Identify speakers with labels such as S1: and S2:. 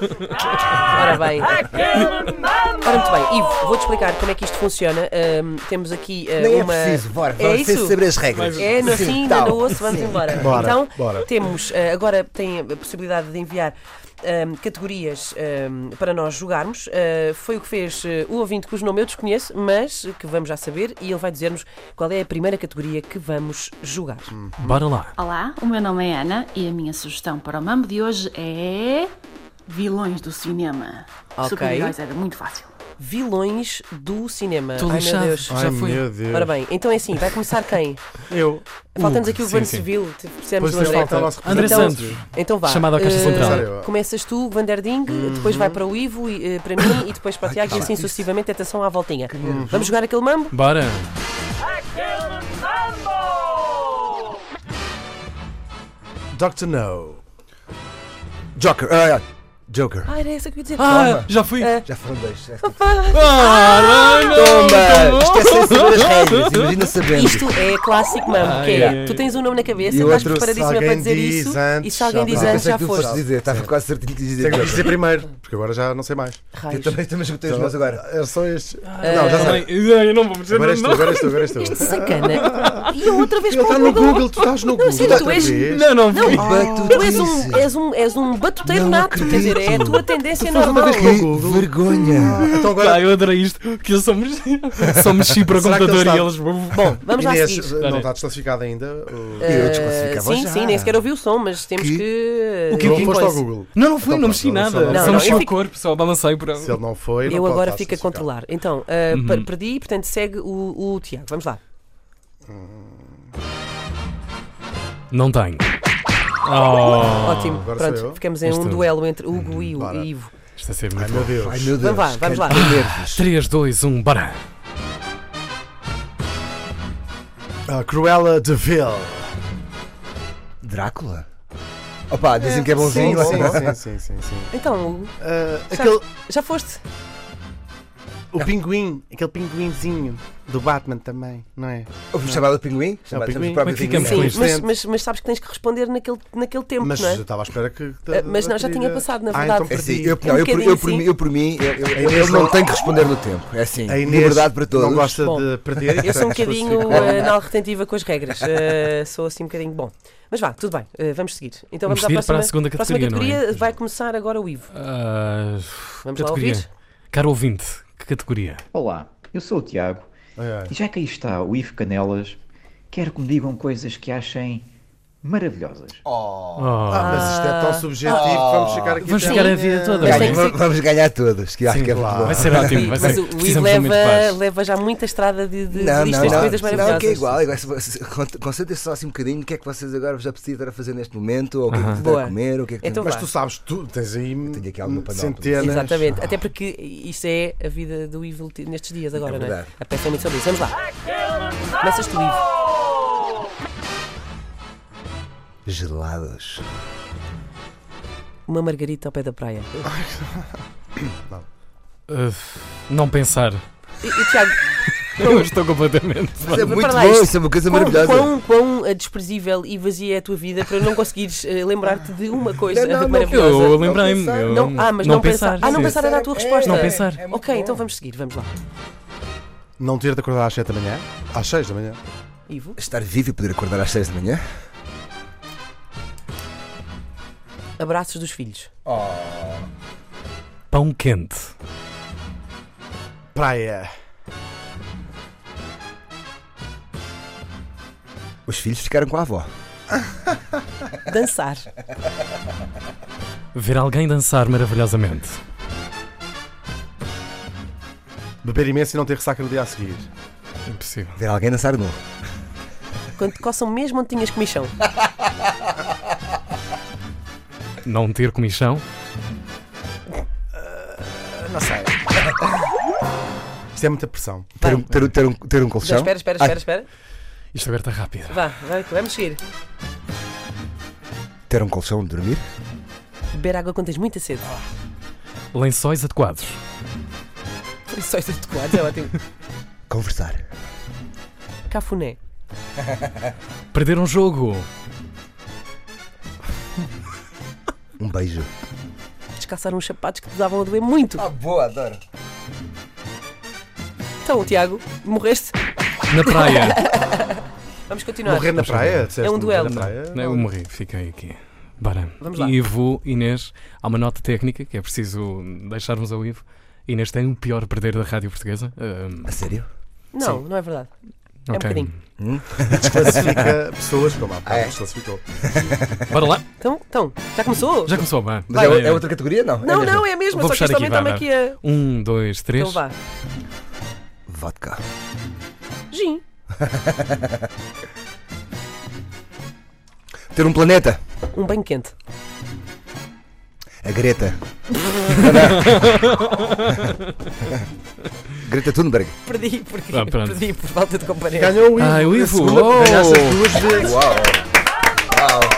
S1: Ora bem. Ora, muito bem. Ivo, vou-te explicar como é que isto funciona. Ahm, temos aqui ah,
S2: Nem
S1: uma.
S2: é preciso, bora,
S1: É
S2: vamos preciso
S1: isso?
S2: saber as regras.
S1: É, não, sim, ainda
S2: tal.
S1: não ouço, vamos embora.
S3: Bora,
S1: então,
S3: bora.
S1: temos, ah, agora tem a possibilidade de enviar ahm, categorias ahm, para nós jogarmos. Ah, foi o que fez ah, o ouvinte cujo nome eu desconheço, mas que vamos já saber e ele vai dizer-nos qual é a primeira categoria que vamos jogar.
S2: Hum.
S3: Bora lá.
S4: Olá, o meu nome é Ana e a minha sugestão para o Mambo de hoje é. Vilões do cinema.
S1: Ok.
S4: Super-heróis era muito fácil.
S1: Vilões do cinema.
S3: Estou
S1: Ai, meu
S3: lixado.
S1: Deus.
S3: Já
S5: Ai,
S3: fui.
S5: meu Deus.
S1: Ora bem, então é assim, vai começar quem?
S5: eu.
S1: Falta-nos aqui o
S5: sim,
S1: Governo
S5: sim.
S1: Civil, te- precisamos
S5: Depois
S1: de uma
S5: falta o
S1: direta.
S5: nosso
S3: André
S1: Então-
S3: Santos.
S1: Então vá.
S3: Chamado à Caixa
S1: eh,
S3: Central.
S5: Sério?
S1: Começas tu, o Vanderding, depois vai para o Ivo, e, eh, para mim e depois para o Tiago e assim sucessivamente, atenção à voltinha. Vamos jogar aquele mambo?
S3: Bora.
S5: Dr. No.
S2: Joker. ah, Joker.
S1: Ah, era essa que eu ia dizer.
S3: Ah, já fui.
S1: Ah.
S2: Já foram dois. já-
S3: Ah, não,
S2: Toma!
S3: não.
S2: Esquecem saber as regras. Imagina sabendo.
S1: Isto é clássico mambo, que
S3: Ai,
S1: é,
S3: ai.
S1: tu tens um nome na cabeça,
S5: E
S1: estás
S5: outro, se
S1: preparadíssima para
S5: alguém
S1: dizer
S5: diz
S1: isso e
S5: antes,
S1: se alguém
S5: já
S1: diz
S5: vai.
S1: antes
S2: Pensei
S1: já
S2: que tu fostes
S1: foste.
S2: dizer, estava quase certinho que dizer.
S5: Tenho que dizer primeiro, porque agora já não sei mais.
S2: Eu
S1: Raios.
S2: também, também escutei os meus agora.
S5: Era só este.
S1: Ah,
S5: não, já sei.
S3: Também- Ai, Eu não vou dizer
S5: Agora és tu,
S3: não.
S5: agora és tu, agora és tu.
S1: Este sacana. E eu outra vez
S5: Ele está
S1: para o
S5: no
S1: Google.
S5: Google, tu estás no
S1: é Não,
S5: Google.
S1: sim, tu
S5: outra
S1: és-
S5: vez.
S3: Não, não fui.
S1: Não,
S2: Batutice.
S1: tu és um, és um, és um batuteiro
S2: Não
S1: nato, quer dizer, é a
S2: acredito.
S1: tua tendência
S5: faz uma
S1: normal.
S5: vez
S2: Que
S5: Google.
S2: vergonha.
S5: Então
S3: Ah,
S5: agora.
S3: eu adorei isto, que eu só mexi, só mexi para o
S5: Será que
S3: computador e
S5: ele
S3: eles.
S5: está-
S3: Bom,
S1: Vamos lá
S5: Inês,
S1: seguir.
S5: não está desclassificado ainda. o-
S2: Eu
S5: é
S1: Ah,
S2: desclassificava
S1: sim,
S2: já.
S1: sim, nem sequer ouvi o som, mas temos que.
S2: Que-
S1: O
S3: que-
S5: não
S3: que
S5: é foste ao Google.
S3: não, não fui,
S5: Então
S3: não mexi
S5: pronto,
S3: nada.
S5: não,
S3: só
S1: não,
S3: mexi
S1: eu
S3: o
S1: fico-
S3: corpo, só balancei por.
S5: Se ele não foi, não
S1: Eu
S5: pode
S1: agora
S5: estar
S1: fico a
S5: desclassificado.
S1: controlar. Então, ah, per-
S3: Uhum.
S1: perdi, portanto segue o, o Tiago. Vamos lá.
S3: Não tenho. Oh,
S1: Ótimo.
S5: agora sou
S1: Pronto,
S5: eu.
S1: ficamos em
S3: Este
S1: um
S3: é o-
S1: duelo entre Hugo e, o-
S5: bora.
S1: e Ivo.
S3: isto a ser
S5: Ai
S3: muito
S5: meu
S3: bom.
S5: Deus.
S2: Ai meu Deus.
S1: Vamos lá, vamos lá.
S2: que nervos.
S3: 3, 2, 1, bora.
S5: Ah, Cruella de Vil.
S2: Drácula? Opa, dizem que é bonzinho.
S5: Sim,
S2: mas-
S5: sim, sim, sim, sim.
S1: Então, Hugo,
S5: Ah,
S1: Já-
S5: aquele,
S1: já foste?
S5: o pinguim, aquele pinguinzinho do Batman também, não é?
S2: Houve chamado pinguim? Chamado chamado
S5: pinguim.
S3: Como é que
S2: pinguim.
S3: ficamos
S1: Sim,
S3: com
S1: mas,
S3: isto?
S1: mas, mas sabes que tens que responder naquele, naquele tempo,
S5: Mas
S1: não é?
S5: eu estava à espera que.
S1: Ah, mas não, já tinha passado, na
S5: Ah,
S1: verdade.
S5: então
S2: É assim,
S1: Um
S5: perdi.
S2: eu, não, eu, por, eu, por mim, eu por mim, eu, eu-
S5: Inês
S2: eu
S5: não-
S2: não tenho que responder no tempo. É assim,
S5: A Inês
S2: liberdade para todos.
S5: não gosta
S1: Bom,
S5: de perder.
S1: Eu sou um
S5: portanto,
S1: bocadinho
S5: classifico.
S1: eh, anal retentiva com as regras. Eh, sou assim um bocadinho bom. Mas vá, tudo bem, eh, vamos seguir. Então vamos,
S3: Vamos seguir
S1: à próxima,
S3: para a segunda
S1: próxima
S3: categoria, não é?
S1: vai começar agora o Ivo.
S3: Ah,
S1: Vamos
S3: categoria.
S1: lá ouvir.
S3: Caro ouvinte, que categoria?
S6: Olá, eu sou o Tiago
S5: Ai, ai.
S6: e já que aí está o Ivo Canelas, quero que me digam coisas que achem maravilhosas.
S3: Oh,
S5: Ah, mas isto é tão subjetivo que vamos ficar aqui.
S3: vamos
S5: até-
S3: ficar a vida toda.
S1: Eu sei
S2: Ganha-
S3: não é?
S1: que-
S2: vamos, vamos ganhar todas, que acho que é muito bom.
S3: Vai
S5: Ah.
S3: ser ótimo, vai
S1: Mas
S3: ser.
S1: o o Ivo
S3: Precisamos de um momento de
S1: leva,
S3: paz.
S1: leva já muita estrada de, de
S2: Não,
S1: listas
S2: não,
S1: de
S2: não,
S1: coisas maravilhosas.
S2: não, que é igual. igual se- se- con- Concentrem-se só assim um bocadinho o que é que vocês agora vos apetecem estar a fazer neste momento, ou o que é que estão
S1: Boa.
S2: a comer, o que é que
S1: Então
S2: têm-
S5: Mas tu sabes, tu tens aí
S2: tenho aqui alguma panóplia.
S5: centenas.
S1: Exatamente, até porque isso é a vida do Ivo te- nestes dias agora,
S2: É
S1: não é?
S2: verdade.
S1: A peça é muito sobre isso. Vamos lá. Começas tu, Ivo.
S2: Gelados.
S1: Uma margarita ao pé da praia.
S3: Ah, não pensar.
S1: E, e Tiago,
S3: Eu estou completamente.
S2: Isso é muito
S1: para lá,
S2: bom,
S1: isto-
S2: isso é uma coisa
S1: quão,
S2: maravilhosa.
S1: quão, quão, eh, desprezível e vazia é a tua vida para não conseguires eh, lembrar-te de uma coisa
S2: Não, não, não.
S1: maravilhosa?
S3: Eu lembrei-me.
S2: pensar.
S3: eu-
S1: Não, ah, mas não, pensar. Ah, não
S3: sim.
S1: pensar era a tua resposta.
S3: Não pensar.
S2: É muito
S1: ok,
S2: bom.
S1: então vamos seguir, vamos lá.
S5: Não ter de acordar às 7 da manhã? Às 6 da manhã?
S1: Ivo,
S2: Estar vivo e poder acordar às 6 da manhã?
S1: abraços dos filhos.
S3: Pão quente.
S5: Praia.
S2: Os filhos ficaram com a avó.
S1: Dançar.
S3: Ver alguém dançar maravilhosamente.
S5: Beber imenso e não ter ressaca no dia a seguir.
S3: Impossível.
S2: Ver alguém dançar de novo.
S1: Quando te coçam mesmo onde tinhas comichão.
S3: Não ter comichão.
S5: Ah, Não sei. Isto é muita pressão.
S2: Ter um, ter, um- ter um, ter um colchão.
S1: Então, espera, espera, espera, espera.
S3: Isto é agora está rápido.
S1: Vá, vai, vamos seguir.
S2: Ai, ter um colchão onde dormir.
S1: Beber água quando tens muita sede.
S3: Lençóis adequados.
S1: Lençóis adequados, é ótimo.
S2: Conversar.
S1: Cafuné.
S3: Perder um jogo.
S2: Um beijo.
S1: descalçar uns sapatos que te davam a doer muito.
S2: Ah, boa, adoro.
S1: Então, Tiago, morreste?
S3: Na praia.
S1: Vamos continuar.
S5: Morrer na praia? disseste,
S1: Ah, É um duelo.
S5: morrer na praia?
S3: Não, eu morri, fiquei aqui. Bora.
S1: Vamos lá.
S3: Ivo, Inês, há uma nota técnica que é preciso deixarmos ao Ivo. Inês tem o pior perder da rádio portuguesa. Ahm,
S2: A sério?
S1: Não, não é verdade. um
S3: ok.
S1: bocadinho.
S5: Desclassifica pessoas como há bocado
S2: É.
S5: desclassificou.
S3: Bora lá.
S1: Então, então já começou?
S3: Já começou, vá.
S2: Mas é, é outra categoria? Não. é
S1: Não,
S2: mesmo.
S1: não, é a mesma,
S3: Vou
S1: só que
S3: puxar
S1: este
S3: aqui,
S1: homem está-me
S3: vá,
S1: aqui a.
S3: Um, dois, três.
S1: Então vá.
S2: Vodka.
S1: Gin.
S2: Ter um planeta.
S1: Um banho quente.
S2: A Greta. Greta Thunberg.
S1: Perdi, porque
S3: Ah, pronto.
S1: perdi por falta de companhia.
S3: Ah,
S5: Ganhou o Ivo.
S3: Ai, o
S5: A
S3: Ivo,
S5: segunda-
S3: oh!
S5: Ganhaste as duas vezes.
S2: Uau! Uau!